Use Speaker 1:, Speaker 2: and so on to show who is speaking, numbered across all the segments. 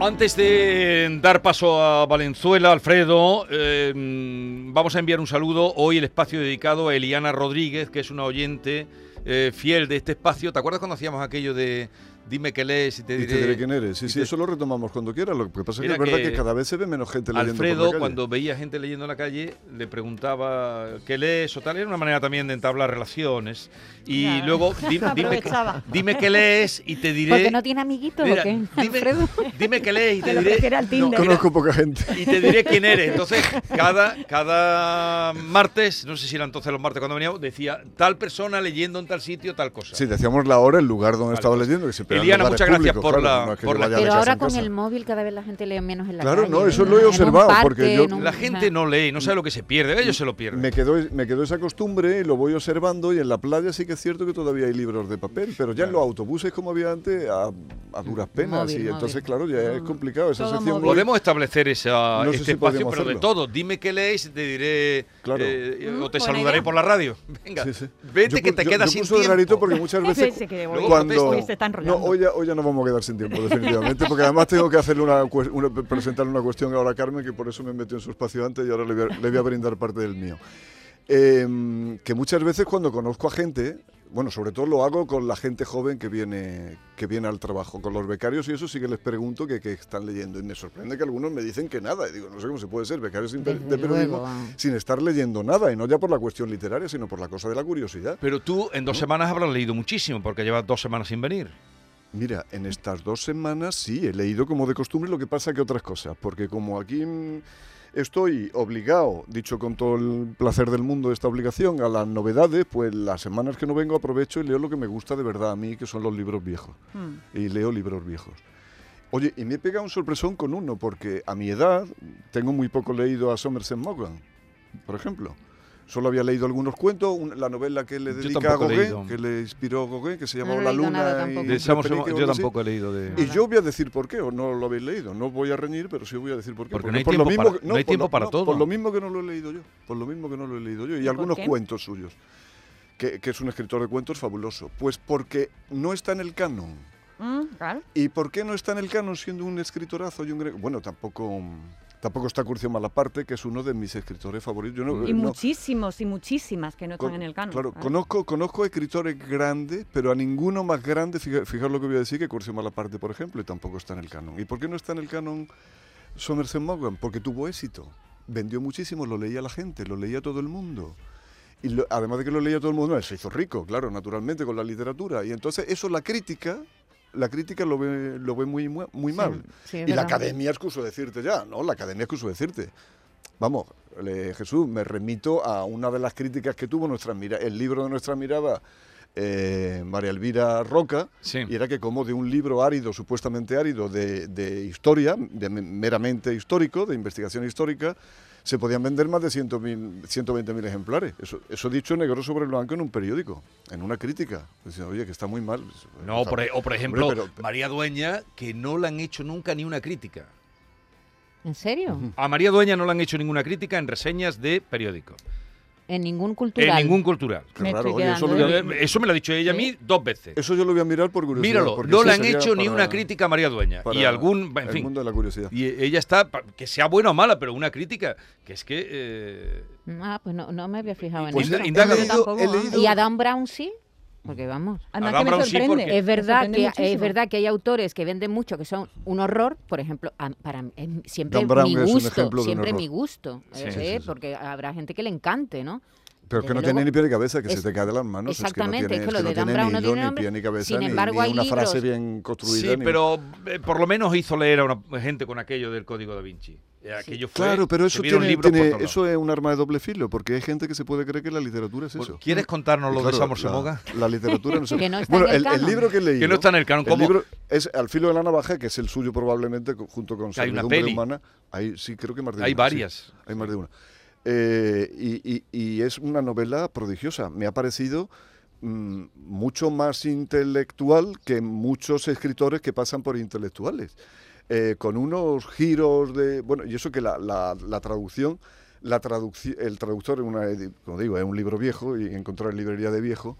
Speaker 1: Antes de dar paso a Valenzuela, Alfredo, eh, vamos a enviar un saludo. Hoy el espacio dedicado a Eliana Rodríguez, que es una oyente eh, fiel de este espacio. ¿Te acuerdas cuando hacíamos aquello de dime qué lees y te diré,
Speaker 2: y te diré quién eres? Sí,
Speaker 1: y
Speaker 2: sí,
Speaker 1: te-
Speaker 2: eso lo retomamos cuando quieras. Lo que pasa es que
Speaker 1: Era
Speaker 2: es verdad
Speaker 1: eh, que
Speaker 2: que, cada vez se ve menos gente leyendo por la
Speaker 1: Alfredo,
Speaker 2: calle.
Speaker 1: cuando veía gente leyendo en la calle, le preguntaba qué lees o tal. Era una manera también de entablar relaciones. Y
Speaker 3: Claro.
Speaker 1: luego, di- dime, qué-
Speaker 3: Aprovechaba.
Speaker 1: dime qué lees y te diré.
Speaker 4: Porque no tiene amiguitos,
Speaker 1: Mira,
Speaker 4: ¿o qué?
Speaker 1: dime,
Speaker 4: Alfredo.
Speaker 1: dime qué lees y te
Speaker 4: Lo
Speaker 1: diré.
Speaker 4: prefiero al Tinder.
Speaker 1: mira,
Speaker 2: Conozco poca gente.
Speaker 1: y te diré quién eres. Entonces, cada, cada martes, no sé si era entonces los martes cuando veníamos, decía tal persona leyendo en tal sitio tal cosa.
Speaker 2: Sí, decíamos la hora, el lugar donde
Speaker 1: Vale. pues,
Speaker 2: estaba leyendo. Que siempre eran
Speaker 1: Eliana,
Speaker 2: lugares
Speaker 1: muchas gracias
Speaker 2: públicos,
Speaker 1: por
Speaker 2: claro,
Speaker 1: la-
Speaker 2: no es que
Speaker 1: por
Speaker 2: yo
Speaker 1: la-
Speaker 2: vaya de
Speaker 4: Pero
Speaker 2: casa
Speaker 4: ahora
Speaker 2: en
Speaker 4: con
Speaker 2: casa.
Speaker 4: el móvil cada vez la gente lee menos en la
Speaker 2: Claro,
Speaker 4: calle.
Speaker 2: no, eso
Speaker 4: en-
Speaker 2: lo he
Speaker 4: en un
Speaker 2: observado,
Speaker 4: parque,
Speaker 2: porque yo-
Speaker 4: en un-
Speaker 1: La gente no lee, no sabe lo que se pierde, ellos se lo pierden.
Speaker 2: Me quedó, me quedó esa costumbre y lo voy observando y en la playa sí que es cierto que todavía hay libros de papel, pero ya en los autobuses como había antes, a, a duras penas.
Speaker 4: Móvil,
Speaker 2: y
Speaker 4: móvil.
Speaker 2: entonces, claro, ya es complicado. Esa
Speaker 3: Todo
Speaker 2: sección
Speaker 3: móvil.
Speaker 2: web-
Speaker 1: Podemos establecer esa,
Speaker 2: No sé
Speaker 1: este
Speaker 2: si podemos
Speaker 1: espacio, pero de
Speaker 2: hacerlo.
Speaker 1: todo. Dime qué lees, te diré.
Speaker 2: Claro.
Speaker 1: eh,
Speaker 3: Mm,
Speaker 1: o te
Speaker 3: buena
Speaker 1: saludaré
Speaker 3: idea.
Speaker 1: por la radio. Venga,
Speaker 2: Sí, sí.
Speaker 1: vete
Speaker 2: Yo
Speaker 1: que
Speaker 2: pu-
Speaker 1: te
Speaker 2: yo-
Speaker 1: quedas
Speaker 2: yo
Speaker 1: sin
Speaker 2: puso de
Speaker 1: tiempo.
Speaker 2: rarito porque muchas veces
Speaker 3: Ese que voy.
Speaker 1: Luego
Speaker 2: cuando
Speaker 1: contesto.
Speaker 3: se está enrollando.
Speaker 2: no hoy ya, hoy ya no vamos a quedar sin tiempo definitivamente porque además tengo que hacerle una, cue- una- presentarle una cuestión ahora a Carmen que por eso me metió en su espacio antes y ahora le voy a, le voy a brindar parte del mío Em, que muchas veces cuando conozco a gente bueno sobre todo lo hago con la gente joven que viene que viene al trabajo con los becarios y eso sí que les pregunto que, que están leyendo y me sorprende que algunos me dicen que nada y digo no sé cómo se puede ser becarios sin pe-
Speaker 4: Desde
Speaker 2: de periodismo
Speaker 4: luego, ah.
Speaker 2: sin estar leyendo nada y no ya por la cuestión literaria sino por la cosa de la curiosidad
Speaker 1: Pero tú en dos semanas habrás leído muchísimo porque llevas dos semanas sin venir.
Speaker 2: Mira, en estas dos semanas sí, he leído como de costumbre lo que pasa que otras cosas, porque como aquí mm, estoy obligado, dicho con todo el placer del mundo esta obligación, a las novedades, pues las semanas que no vengo aprovecho y leo lo que me gusta de verdad a mí, que son los libros viejos.
Speaker 3: Mm.
Speaker 2: Y leo libros viejos. Oye, y me he pegado un sorpresón con uno, porque a mi edad tengo muy poco leído a Somerset Maugham, por ejemplo. Solo había leído algunos cuentos, un- la novela que le
Speaker 1: Yo
Speaker 2: dedica a
Speaker 1: tampoco he
Speaker 2: Gauguin,
Speaker 1: leído.
Speaker 2: que le inspiró Gauguin, que se
Speaker 4: No
Speaker 2: llamaba
Speaker 4: he
Speaker 2: La
Speaker 4: leído
Speaker 2: Luna.
Speaker 4: nada
Speaker 2: y
Speaker 4: tampoco.
Speaker 1: De
Speaker 4: Yo
Speaker 1: Somerset-
Speaker 2: Trepanique, o
Speaker 1: yo
Speaker 2: algo así.
Speaker 1: tampoco he leído de.
Speaker 2: Y yo voy a decir por qué, o no lo habéis leído. No voy a reñir, pero sí voy a decir por qué.
Speaker 1: Porque no hay
Speaker 2: por
Speaker 1: tiempo para-
Speaker 2: que-
Speaker 1: no hay
Speaker 2: por
Speaker 1: tiempo para todo.
Speaker 2: Por lo mismo que no lo he leído yo. Por lo mismo que no lo he leído yo. Y,
Speaker 3: por
Speaker 2: algunos
Speaker 3: qué?
Speaker 2: cuentos suyos. Que, que es un escritor de cuentos fabuloso. Pues porque no está en el canon.
Speaker 3: Mm, claro.
Speaker 2: ¿Y por qué no está en el canon siendo un escritorazo y un gre- Bueno, tampoco. Tampoco está Curcio Malaparte, que es uno de mis escritores favoritos. Yo no-
Speaker 3: Y
Speaker 2: no-
Speaker 3: muchísimos y muchísimas que no están
Speaker 2: Con-
Speaker 3: en el canon.
Speaker 2: Claro,
Speaker 4: ¿eh?
Speaker 3: ¿sabes?
Speaker 2: conozco, conozco escritores grandes, pero a ninguno más grande, fija- fijaos lo que voy a decir, que Curcio Malaparte, por ejemplo, y tampoco está en el canon. ¿Y por qué no está en el canon Somerset Maugham? Porque tuvo éxito, vendió muchísimo, lo leía la gente, lo leía todo el mundo. Y lo- además de que lo leía todo el mundo, él se hizo rico, claro, naturalmente, con la literatura. Y entonces eso la crítica, la crítica lo ve, lo ve muy, mu- muy mal.
Speaker 4: sí, es
Speaker 2: y la
Speaker 4: verdad.
Speaker 2: academia excuso decirte ya, ¿no? La academia excuso decirte. Vamos, le- Jesús, me remito a una de las críticas que tuvo nuestra mira, el libro de nuestra mirada, eh, María Elvira Roca,
Speaker 1: Sí.
Speaker 2: y era que como de un libro árido, supuestamente árido, de, de historia, de me- meramente histórico, de investigación histórica, se podían vender más de 100.000 120.000 ejemplares. Eso, eso dicho negro sobre blanco en un periódico, en una crítica. Diciendo, oye, que está muy mal. pues,
Speaker 1: No,
Speaker 2: Está-
Speaker 1: por, e- o por
Speaker 2: Hombre,
Speaker 1: ejemplo,
Speaker 2: pero-
Speaker 1: María Dueña, que no le han hecho nunca ni una crítica.
Speaker 4: ¿En serio?
Speaker 1: A María Dueña no le han hecho ninguna crítica en reseñas de periódico.
Speaker 4: En ningún
Speaker 1: En
Speaker 4: cultural.
Speaker 1: ningún cultural.
Speaker 2: Qué
Speaker 3: Me
Speaker 2: raro,
Speaker 3: estoy
Speaker 2: oye, eso
Speaker 3: quedando,
Speaker 2: lo
Speaker 3: ¿eh?
Speaker 2: voy a-
Speaker 1: Yo- Eso me lo ha dicho ella a mí dos veces.
Speaker 2: Eso yo lo voy a mirar por curiosidad.
Speaker 1: Míralo,
Speaker 2: porque
Speaker 1: no
Speaker 2: eso
Speaker 1: le han
Speaker 2: sería
Speaker 1: hecho ni
Speaker 2: para-
Speaker 1: una crítica a María Dueña.
Speaker 2: para
Speaker 1: Y algún, en
Speaker 2: el
Speaker 1: fin.
Speaker 2: mundo de la curiosidad.
Speaker 1: Y ella está, pa- que sea buena o mala, pero una crítica, que es que... eh,
Speaker 4: Ah, pues no, no me había fijado en
Speaker 1: Pues
Speaker 4: eso.
Speaker 1: he indaga-
Speaker 3: tampoco, ¿eh?
Speaker 4: ¿Y Adam Brown sí? Porque vamos.
Speaker 3: Además
Speaker 1: Adam
Speaker 3: que me
Speaker 1: Brown sí,
Speaker 3: sorprende.
Speaker 1: porque-
Speaker 4: Es
Speaker 3: me
Speaker 4: verdad,
Speaker 3: sorprende
Speaker 4: que, es
Speaker 3: muchísimo.
Speaker 4: verdad que hay autores que venden mucho que son un horror, por ejemplo, a- para mí, em, siempre
Speaker 2: Dan Brown
Speaker 4: mi
Speaker 2: es un
Speaker 4: gusto,
Speaker 2: ejemplo de un
Speaker 4: siempre
Speaker 2: horror.
Speaker 4: mi gusto,
Speaker 1: Sí,
Speaker 4: eh,
Speaker 1: sí,
Speaker 4: eh,
Speaker 2: sí, sí.
Speaker 4: porque habrá gente que le encante, ¿no?
Speaker 2: Pero es que
Speaker 4: Desde
Speaker 2: no tiene
Speaker 4: luego.
Speaker 2: ni pie ni cabeza, que se
Speaker 4: Es-
Speaker 2: te cae de las manos.
Speaker 4: Exactamente,
Speaker 2: es que
Speaker 4: es que lo
Speaker 2: no tiene,
Speaker 4: de Dan
Speaker 2: ni
Speaker 4: Brown no
Speaker 2: hilo,
Speaker 4: tiene
Speaker 2: ni
Speaker 4: nombre.
Speaker 2: pie ni cabeza,
Speaker 4: Sin
Speaker 2: ni-
Speaker 4: embargo,
Speaker 2: ni
Speaker 4: hay
Speaker 2: una frase
Speaker 4: libros.
Speaker 2: bien construida.
Speaker 1: sí,
Speaker 2: ni-
Speaker 1: pero eh, por lo menos hizo leer a una gente con aquello del Código da Vinci. Eh, Aquello fue,
Speaker 2: Claro, pero
Speaker 1: se
Speaker 2: eso,
Speaker 1: vieron
Speaker 2: tiene,
Speaker 1: libros por
Speaker 2: tiene-
Speaker 1: todos lados.
Speaker 2: eso es un arma de doble filo, porque hay gente que se puede creer que la literatura es
Speaker 1: Bueno,
Speaker 2: eso.
Speaker 1: ¿Quieres contarnos lo
Speaker 2: Claro,
Speaker 1: de Samuel
Speaker 2: la-
Speaker 1: Moga?
Speaker 2: La, literatura no se
Speaker 4: Que no está
Speaker 2: Bueno,
Speaker 4: en el
Speaker 2: el, el
Speaker 4: canon.
Speaker 2: libro que he leído.
Speaker 1: Que no está en el canon.
Speaker 2: el
Speaker 1: ¿Cómo?
Speaker 2: libro es Al filo de la navaja, que es el suyo probablemente, co- junto con
Speaker 1: Que hay una
Speaker 2: Servidumbre
Speaker 1: peli.
Speaker 2: Humana. Hay, sí, creo que más de
Speaker 1: Hay
Speaker 2: una, sí.
Speaker 1: varias.
Speaker 2: hay más de una. Eh, y, y- y es una novela prodigiosa. Me ha parecido mm, mucho más intelectual que muchos escritores que pasan por intelectuales. Eh, con unos giros de. Bueno, y eso que la, la- la traducción. La traducci- el traductor, es una, edi- como digo, es un libro viejo y encontrar en librería de viejo.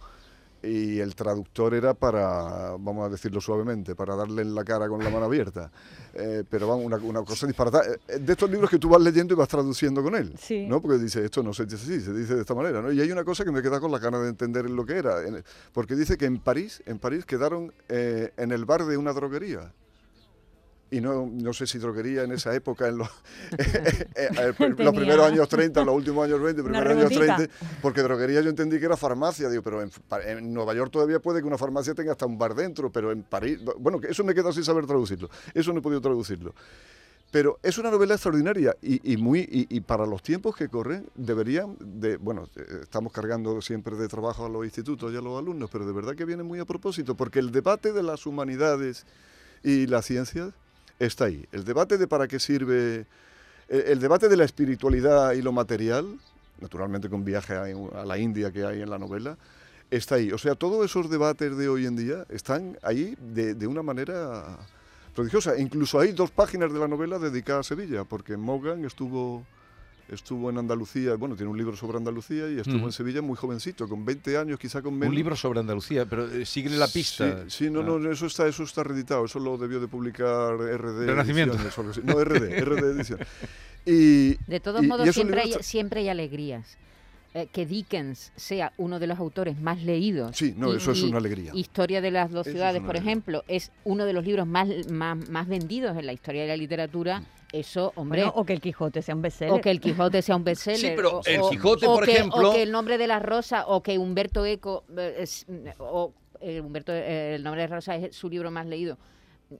Speaker 2: Y el traductor era para, vamos a decirlo suavemente, para darle en la cara con la mano abierta. Eh, pero vamos, una, una cosa disparatada. Eh, eh, De estos libros que tú vas leyendo y vas traduciendo con él.
Speaker 3: Sí.
Speaker 2: ¿no? Porque dice, esto no se dice así, se dice de esta manera. ¿no? Y hay una cosa que me queda con la ganas de entender lo que era. en- Porque dice que en París, en París quedaron eh, en el bar de una droguería. Y no, no sé si droguería en esa época, en los, eh, eh, los
Speaker 3: Tenía-
Speaker 2: primeros años 30, los últimos años 20,
Speaker 3: Una
Speaker 2: primeros años
Speaker 3: rebotita.
Speaker 2: 30, porque droguería yo entendí que era farmacia, digo, pero en, Pa- en Nueva York todavía puede que una farmacia tenga hasta un bar dentro, pero en París, bueno, que eso me queda sin saber traducirlo, eso no he podido traducirlo. Pero es una novela extraordinaria y, y muy, y, y para los tiempos que corren deberían, de, bueno, eh, estamos cargando siempre de trabajo a los institutos y a los alumnos, pero de verdad que viene muy a propósito, porque el debate de las humanidades y las ciencias está ahí. El debate de para qué sirve, el, Eh, el debate de la espiritualidad y lo material, naturalmente con viaje a, a la India que hay en la novela, está ahí. O sea, todos esos debates de hoy en día están ahí de, de una manera prodigiosa. Incluso hay dos páginas de la novela dedicadas a Sevilla, porque Morgan estuvo... Estuvo en Andalucía, bueno, tiene un libro sobre Andalucía y estuvo
Speaker 1: Ujú.
Speaker 2: en Sevilla muy jovencito, con 20 años, quizá con menos.
Speaker 1: Un libro sobre Andalucía, pero eh, sigue la pista.
Speaker 2: Sí, sí, no,
Speaker 1: Ah.
Speaker 2: no, eso está, eso está reeditado, eso lo debió de publicar RD.
Speaker 1: Renacimiento.
Speaker 2: Ediciones o algo así. No, RD, RD Edición. Y,
Speaker 4: De todos
Speaker 2: y- y es
Speaker 4: modos,
Speaker 2: un
Speaker 4: siempre hay,
Speaker 2: libro-
Speaker 4: siempre hay alegrías. Eh, que Dickens sea uno de los autores más leídos.
Speaker 2: Sí, no, eso es una alegría.
Speaker 4: Historia de las dos
Speaker 2: Eso es
Speaker 4: ciudades,
Speaker 2: una
Speaker 4: por
Speaker 2: alegría.
Speaker 4: ejemplo, es uno de los libros más, más, más vendidos en la historia de la literatura. Eso, hombre.
Speaker 3: Bueno, o que el Quijote sea un bestseller.
Speaker 4: o que el Quijote sea un bestseller.
Speaker 1: Sí, pero
Speaker 4: o-
Speaker 1: el
Speaker 4: o-
Speaker 1: Quijote,
Speaker 4: o
Speaker 1: por
Speaker 4: que, o
Speaker 1: ejemplo-
Speaker 4: que el nombre de la rosa, o que Humberto Eco, eh, es- o eh, Humberto, eh, el nombre de la rosa es su libro más leído.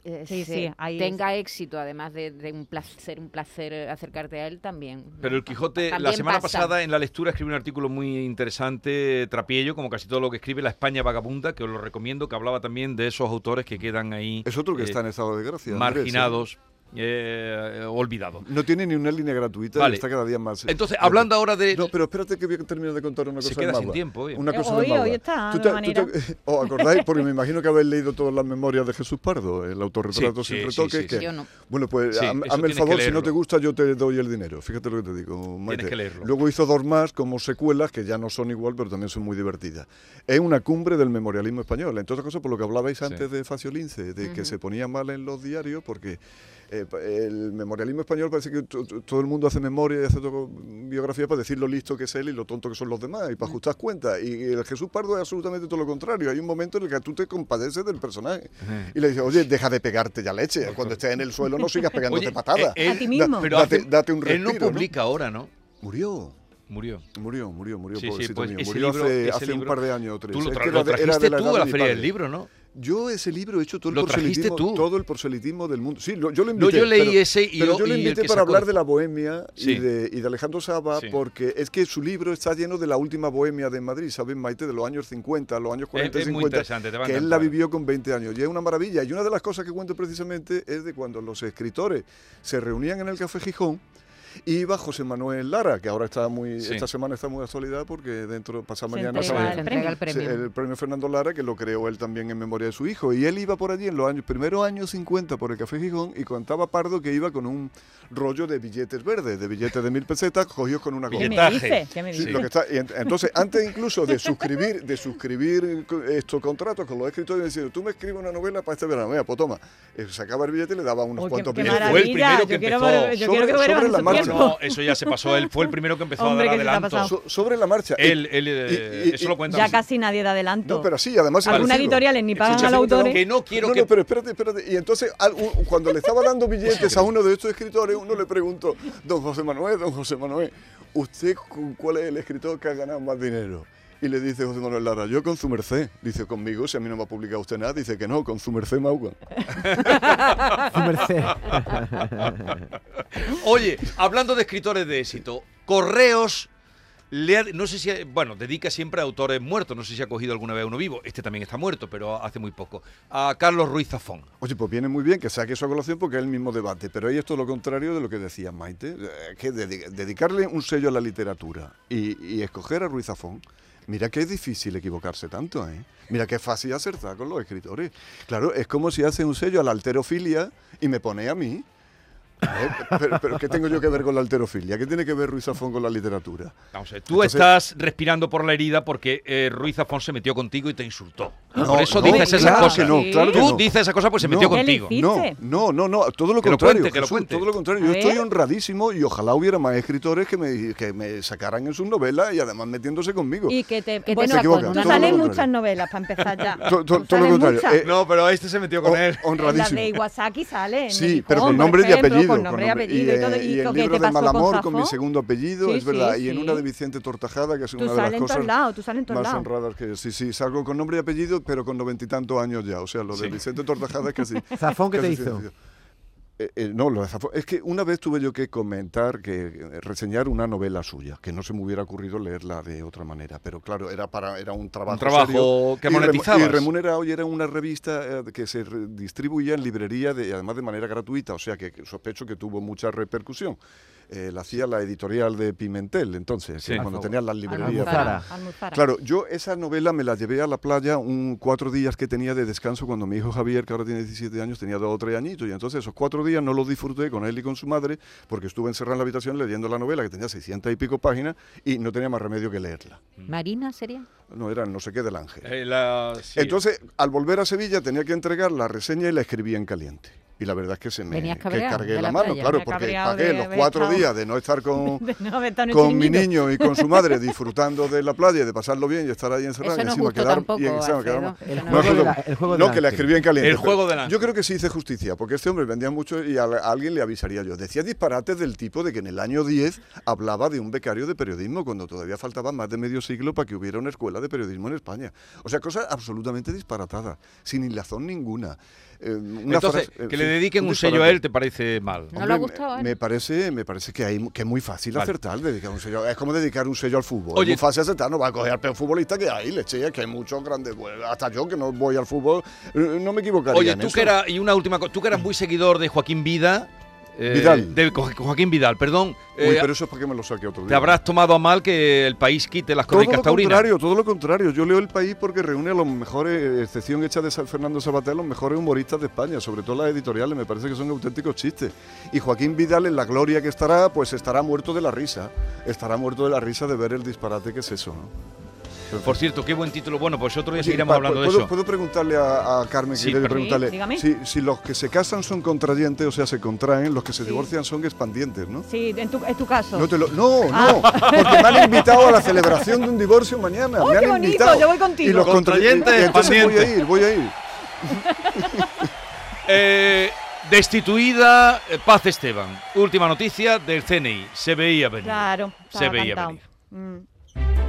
Speaker 4: Eh,
Speaker 3: Sí,
Speaker 4: se-
Speaker 3: sí, ahí
Speaker 4: tenga éxito, además de, de un placer, un placer eh, acercarte a él también.
Speaker 1: Pero el Quijote, la
Speaker 4: También
Speaker 1: semana
Speaker 4: pasa.
Speaker 1: pasada en la lectura escribí un artículo muy interesante, Trapiello, como casi todo lo que escribe, La España Vagabunda, que os lo recomiendo, que hablaba también de esos autores que quedan ahí
Speaker 2: es otro que
Speaker 1: eh,
Speaker 2: está en estado de gracia. Andrés, ¿eh?
Speaker 1: marginados, eh, eh, olvidados.
Speaker 2: No tiene ni una línea gratuita
Speaker 1: Vale.
Speaker 2: y está cada día más. eh,
Speaker 1: Entonces, hablando ahora de...
Speaker 2: No, pero espérate que voy a terminar de contar una
Speaker 1: Se
Speaker 2: cosa
Speaker 1: queda
Speaker 2: de
Speaker 1: sin
Speaker 2: Magua.
Speaker 1: tiempo hoy.
Speaker 2: Una
Speaker 3: Eh,
Speaker 2: cosa
Speaker 3: hoy-
Speaker 2: de Magua.
Speaker 3: hoy está,
Speaker 2: ¿Tú
Speaker 3: de
Speaker 2: te-
Speaker 3: una
Speaker 2: tú te- eh, ¿Os acordáis? Porque me imagino que habéis leído todas las memorias de Jesús Pardo, eh, el autorretrato
Speaker 1: Sí,
Speaker 2: sin
Speaker 1: sí,
Speaker 2: retoque.
Speaker 1: sí, sí,
Speaker 2: que-
Speaker 4: Yo no.
Speaker 2: Bueno, pues
Speaker 1: Sí,
Speaker 2: ha- hazme
Speaker 1: eso
Speaker 2: el
Speaker 1: tienes
Speaker 2: favor,
Speaker 1: que
Speaker 2: si no
Speaker 1: leerlo.
Speaker 2: te gusta yo te doy el dinero. Fíjate lo que te digo, Maite.
Speaker 1: que leerlo.
Speaker 2: Luego hizo dos más como secuelas que ya no son igual, pero también son muy divertidas. Es una cumbre del memorialismo español. Entre otras cosas, por lo que hablabais antes de Faciolince, de que se ponía mal en los diarios porque eh, pa- el memorialismo español parece que to- to- todo el mundo hace memoria y hace todo- biografía para decir lo listo que es él y lo tonto que son los demás y para ajustar cuentas. Y el Jesús Pardo es absolutamente todo lo contrario. Hay un momento en el que tú te compadeces del personaje y le dices, oye, deja de pegarte ya leche. Cuando estés en el suelo no sigas pegándote
Speaker 1: Oye,
Speaker 2: patadas.
Speaker 1: eh, él-
Speaker 3: A ti mismo.
Speaker 1: pero
Speaker 2: date,
Speaker 1: hace-
Speaker 2: date un
Speaker 1: él
Speaker 2: respiro.
Speaker 1: no publica ahora, ¿no?
Speaker 2: Murió.
Speaker 1: Murió.
Speaker 2: Murió, murió, murió,
Speaker 1: Sí, sí,
Speaker 2: pobrecito
Speaker 1: pues
Speaker 2: mío.
Speaker 1: ese
Speaker 2: Murió
Speaker 1: libro-
Speaker 2: hace,
Speaker 1: ese
Speaker 2: hace un
Speaker 1: libro-
Speaker 2: par de años o tres.
Speaker 1: Tú lo,
Speaker 2: Es
Speaker 1: tra-
Speaker 2: que
Speaker 1: lo
Speaker 2: era de- era
Speaker 1: trajiste
Speaker 2: de
Speaker 1: tú
Speaker 2: edad
Speaker 1: a la
Speaker 2: de mi
Speaker 1: feria del
Speaker 2: padre.
Speaker 1: libro, ¿no?
Speaker 2: Yo ese libro he hecho todo el
Speaker 1: Lo trajiste
Speaker 2: proselitismo,
Speaker 1: tú.
Speaker 2: todo el proselitismo del mundo. Sí, lo- yo lo
Speaker 1: No,
Speaker 2: invité.
Speaker 1: yo leí
Speaker 2: pero-
Speaker 1: ese y
Speaker 2: pero
Speaker 1: lo-
Speaker 2: yo lo
Speaker 1: y el
Speaker 2: invité
Speaker 1: que
Speaker 2: para
Speaker 1: sacó-
Speaker 2: hablar de la bohemia
Speaker 1: Sí.
Speaker 2: y, de, y de Alejandro Saba,
Speaker 1: Sí.
Speaker 2: porque es que su libro está lleno de la última bohemia de Madrid, ¿sabes, Maite? De los años 50, los años 40 y
Speaker 1: es muy
Speaker 2: 50,
Speaker 1: interesante, te va a
Speaker 2: que él la
Speaker 1: encantar.
Speaker 2: vivió con 20 años. Y es una maravilla. Y una de las cosas que cuento precisamente es de cuando los escritores se reunían en el Café Gijón y iba José Manuel Lara, que ahora está muy,
Speaker 1: Sí.
Speaker 2: esta semana está muy de actualidad porque dentro, pasa
Speaker 3: Se
Speaker 2: mañana,
Speaker 3: entrega
Speaker 2: se-
Speaker 3: el
Speaker 4: Se entrega el
Speaker 2: Sí,
Speaker 4: premio.
Speaker 2: el premio Fernando Lara, que lo creó él también en memoria de su hijo. Y él iba por allí en los años, primeros años 50 por el Café Gijón y contaba Pardo que iba con un rollo de billetes verdes, de billetes de mil pesetas cogidos con una
Speaker 3: ¿Qué
Speaker 2: goma.
Speaker 1: Billete-
Speaker 3: me
Speaker 1: Billetaje.
Speaker 3: dice? ¿Qué me
Speaker 2: Sí,
Speaker 3: dice?
Speaker 2: lo que está- y ent- entonces, antes incluso de suscribir, de suscribir eh, co- estos contratos con los escritores, diciendo, tú me escribes una novela para este verano, mira, pues toma, Eh, sacaba el billete y le daba unos
Speaker 3: Oh, qué-
Speaker 2: cuantos
Speaker 3: qué
Speaker 2: billetes.
Speaker 1: Fue el primero
Speaker 3: maravilla.
Speaker 1: que
Speaker 3: Yo quiero
Speaker 1: empezó.
Speaker 3: ver- yo quiero
Speaker 2: Sobre-
Speaker 3: que vuelvan
Speaker 2: sobre
Speaker 3: a
Speaker 2: la
Speaker 3: su
Speaker 2: marcha.
Speaker 3: tiempo.
Speaker 1: No, eso ya se pasó. Él fue el primero que empezó
Speaker 3: Hombre,
Speaker 1: a dar
Speaker 3: que se te ha
Speaker 1: adelantos.
Speaker 3: pasado.
Speaker 2: So- sobre la marcha. Y-
Speaker 1: Él, él, eh,
Speaker 2: Y- y-
Speaker 1: eso lo cuenta.
Speaker 3: Ya casi nadie da adelanto.
Speaker 2: no, pero sí, además... es
Speaker 3: Alguna
Speaker 2: parecido.
Speaker 3: editorial ni pagan
Speaker 2: Escucha,
Speaker 3: a los
Speaker 2: sí, perdón.
Speaker 3: autores.
Speaker 1: Que no quiero
Speaker 2: no,
Speaker 1: que
Speaker 2: No, pero espérate, espérate. Y entonces, al- u- cuando le estaba dando billetes a uno de estos escritores, uno le preguntó, don José Manuel, don José Manuel, ¿usted cu- cuál es el escritor que ha ganado más dinero? Y le dice José Manuel Lara, yo con su merced. Dice, conmigo, si a mí no me ha publicado usted nada. Dice que no, con su merced Maugua.
Speaker 5: Su merced.
Speaker 1: Oye, hablando de escritores de éxito, Correos, le ha- no sé si, ha- bueno, dedica siempre a autores muertos, no sé si ha cogido alguna vez a uno vivo, este también está muerto, pero hace muy poco, a Carlos Ruiz Zafón.
Speaker 2: Oye, pues viene muy bien que saque eso a colación porque es el mismo debate, pero ahí esto es lo contrario de lo que decía Maite, eh, que dedi- dedicarle un sello a la literatura y, y escoger a Ruiz Zafón, mira que es difícil equivocarse tanto, ¿eh? Mira que es fácil acertar con los escritores. Claro, es como si hace un sello a la alterofilia y me pone a mí. ¿eh? Pero, pero ¿qué tengo yo que ver con la alterofilia? ¿Qué tiene que ver Ruiz Zafón con la literatura?
Speaker 1: Vamos a ver, tú
Speaker 2: Entonces-
Speaker 1: estás respirando por la herida porque eh, Ruiz Zafón se metió contigo y te insultó.
Speaker 2: No,
Speaker 1: por eso
Speaker 2: no,
Speaker 1: dices esas
Speaker 2: claro
Speaker 1: cosas.
Speaker 2: que no, claro que
Speaker 1: Tú
Speaker 2: no.
Speaker 1: dices esas cosas porque Ah, pues se
Speaker 2: No.
Speaker 1: metió
Speaker 2: ¿Qué
Speaker 1: contigo.
Speaker 3: le
Speaker 2: No,
Speaker 3: ¿Viste?
Speaker 2: no, no, no, todo lo
Speaker 1: Que lo
Speaker 2: contrario.
Speaker 1: cuente, que lo
Speaker 2: Jesús,
Speaker 1: cuente.
Speaker 2: Todo lo contrario.
Speaker 3: A
Speaker 2: Yo estoy
Speaker 3: ver.
Speaker 2: honradísimo y ojalá hubiera más escritores que me, que me sacaran en sus novelas y además metiéndose conmigo.
Speaker 3: Y que
Speaker 4: Que
Speaker 3: te.
Speaker 4: te
Speaker 3: bueno,
Speaker 4: Se equivoca,
Speaker 3: tú
Speaker 4: todo lo
Speaker 3: sales
Speaker 2: contrario.
Speaker 3: muchas novelas para empezar ya.
Speaker 2: To- to-
Speaker 3: Tú
Speaker 2: todo
Speaker 3: sales
Speaker 2: lo contrario,
Speaker 3: muchas.
Speaker 2: eh,
Speaker 1: No, pero este se metió con él.
Speaker 2: Hon-
Speaker 3: En La de
Speaker 2: honradísimo.
Speaker 3: Iwasaki sale. en
Speaker 2: Sí,
Speaker 3: Nijón,
Speaker 2: pero con
Speaker 3: por
Speaker 2: nombre y
Speaker 3: ejemplo,
Speaker 2: apellido.
Speaker 3: Con nombre y
Speaker 2: nombre-
Speaker 3: apellido y todo.
Speaker 2: eh,
Speaker 3: ¿Y,
Speaker 2: y el
Speaker 3: con qué
Speaker 2: libro
Speaker 3: te
Speaker 2: de
Speaker 3: pasó con
Speaker 2: Malamor con mi
Speaker 3: Zafón?
Speaker 2: segundo apellido,
Speaker 3: Sí,
Speaker 2: es verdad.
Speaker 3: sí,
Speaker 2: y en
Speaker 3: sí.
Speaker 2: una de Vicente Tortajada, que es
Speaker 3: Tú
Speaker 2: una de
Speaker 3: sales
Speaker 2: las
Speaker 3: en todos
Speaker 2: cosas
Speaker 3: lados, tú sales en todos
Speaker 2: más
Speaker 3: lados.
Speaker 2: honradas que sí, sí, salgo con nombre y apellido, pero con noventa y tantos años ya. O sea, lo de
Speaker 1: Sí.
Speaker 2: Vicente Tortajada es casi.
Speaker 5: Zafón, ¿qué te
Speaker 2: casi
Speaker 5: hizo?
Speaker 2: sencillo. Eh, eh, no, lo de Zafón. Es que una vez tuve yo que comentar, que eh, reseñar una novela suya, que no se me hubiera ocurrido leerla de otra manera. Pero claro, era para era un trabajo.
Speaker 1: trabajo
Speaker 2: serio
Speaker 1: que
Speaker 2: y remu- Y
Speaker 1: monetizabas.
Speaker 2: remunerado, y era una revista eh, que se re- distribuía en librería, de, además de manera gratuita. O sea, que que sospecho que tuvo mucha repercusión. Eh, la hacía la editorial de Pimentel, entonces,
Speaker 1: Sí.
Speaker 2: que
Speaker 5: Por
Speaker 2: cuando
Speaker 5: favor.
Speaker 2: tenían las librerías.
Speaker 5: Almuzara.
Speaker 3: Almuzara.
Speaker 2: Claro, yo esa novela me la llevé a la playa un cuatro días que tenía de descanso cuando mi hijo Javier, que ahora tiene 17 años, tenía dos o tres añitos. Y entonces esos cuatro días no los disfruté con él y con su madre porque estuve encerrado en la habitación leyendo la novela que tenía 600 y pico páginas y no tenía más remedio que leerla.
Speaker 4: Marina sería.
Speaker 2: No era el no sé qué del ángel.
Speaker 1: Eh, la- sí.
Speaker 2: Entonces, al volver a Sevilla tenía que entregar la reseña y la escribí en caliente. Y la verdad es que se me
Speaker 4: Venías
Speaker 2: que
Speaker 4: cabreado
Speaker 2: cargué la,
Speaker 4: de la
Speaker 2: mano,
Speaker 4: playa.
Speaker 2: claro,
Speaker 3: Venía
Speaker 2: porque
Speaker 3: cabreado
Speaker 2: pagué
Speaker 3: de
Speaker 2: los
Speaker 3: haber
Speaker 2: cuatro
Speaker 3: estado-
Speaker 2: días de no estar con,
Speaker 3: De no haber estado en el
Speaker 2: con mi
Speaker 3: chiringuito.
Speaker 2: niño y con su madre disfrutando de la playa y de pasarlo bien y estar ahí encerrado
Speaker 4: Eso
Speaker 2: y
Speaker 4: no es
Speaker 2: encima
Speaker 4: justo
Speaker 2: quedar
Speaker 4: tampoco,
Speaker 2: y encima
Speaker 4: Alfredo.
Speaker 2: quedarme-
Speaker 4: Eso
Speaker 5: El
Speaker 4: no
Speaker 2: No,
Speaker 5: juego
Speaker 4: es
Speaker 5: de
Speaker 4: justo.
Speaker 5: la- el juego
Speaker 2: No,
Speaker 5: del
Speaker 2: que la
Speaker 5: ángel.
Speaker 2: escribí en caliente.
Speaker 1: El
Speaker 2: pero
Speaker 1: juego del ángel.
Speaker 2: Yo creo que sí hice justicia, porque este hombre vendía mucho y a, la- a alguien le avisaría yo. Decía disparates del tipo de que en el año 10 hablaba de un becario de periodismo, cuando todavía faltaba más de medio siglo para que hubiera una escuela de periodismo en España. O sea, cosas absolutamente disparatadas, sin hilazón ninguna. Eh, una
Speaker 1: Entonces,
Speaker 2: frase- eh,
Speaker 1: que le
Speaker 2: sí,
Speaker 1: dediquen un sello a
Speaker 2: disparate.
Speaker 1: él te parece mal.
Speaker 4: No.
Speaker 2: Hombre,
Speaker 4: le ha
Speaker 2: me-
Speaker 4: gustado a él.
Speaker 2: Me parece, me parece que, hay, que es muy fácil
Speaker 1: Vale.
Speaker 2: acertar, dedicar un sello. Es como dedicar un sello al fútbol.
Speaker 1: Oye.
Speaker 2: es muy fácil acertar, no va a coger al peor futbolista que hay, leche, que hay muchos grandes. bueno, Hasta yo que no voy al fútbol, eh, no me equivocaría.
Speaker 1: Oye,
Speaker 2: en
Speaker 1: tú
Speaker 2: eso. Mm.
Speaker 1: que, era, y una última, co- tú que eras muy seguidor de Joaquín Vida. eh,
Speaker 2: Vidal.
Speaker 1: De Jo- Joaquín Vidal, perdón.
Speaker 2: Uy,
Speaker 1: eh,
Speaker 2: pero eso es para que me lo saque otro día.
Speaker 1: Te habrás tomado a mal que el país quite las
Speaker 2: Todo
Speaker 1: crónicas
Speaker 2: lo
Speaker 1: taurinas.
Speaker 2: contrario, todo lo contrario. Yo leo El País porque reúne a los mejores, eh, excepción hecha de San Fernando Sabater, los mejores humoristas de España, sobre todo las editoriales, me parece que son auténticos chistes. Y Joaquín Vidal, en la gloria que estará, pues estará muerto de la risa. Estará muerto de la risa de ver el disparate que es eso, ¿no?
Speaker 1: Por cierto, qué buen título. Bueno, pues otro día
Speaker 2: Oye,
Speaker 1: seguiremos
Speaker 2: pa-
Speaker 1: hablando de
Speaker 2: ¿puedo,
Speaker 1: eso.
Speaker 2: ¿Puedo preguntarle a, a Carmen?
Speaker 1: Sí,
Speaker 2: Quintero y
Speaker 1: pero-
Speaker 3: Sí,
Speaker 2: preguntarle
Speaker 3: dígame.
Speaker 2: si, si los que se casan son contrayentes, o sea, se contraen, los que se divorcian son expandientes, ¿no?
Speaker 3: Sí, en tu, en tu caso.
Speaker 2: No, te lo- no, no, porque me han invitado a la celebración de un divorcio mañana.
Speaker 3: Ah. ¡Oh,
Speaker 2: me han
Speaker 3: qué bonito!
Speaker 2: invitado.
Speaker 3: Yo voy contigo.
Speaker 2: Y los
Speaker 1: Contrayente,
Speaker 2: contrayentes, entonces voy a
Speaker 1: expandiente.
Speaker 2: ir, voy a ir.
Speaker 1: Eh, destituida eh, Paz Esteban. Última noticia del CNI. Se veía venir.
Speaker 3: Claro,
Speaker 1: Se
Speaker 3: estaba
Speaker 1: veía
Speaker 3: cantado.
Speaker 1: venir.
Speaker 3: Mm.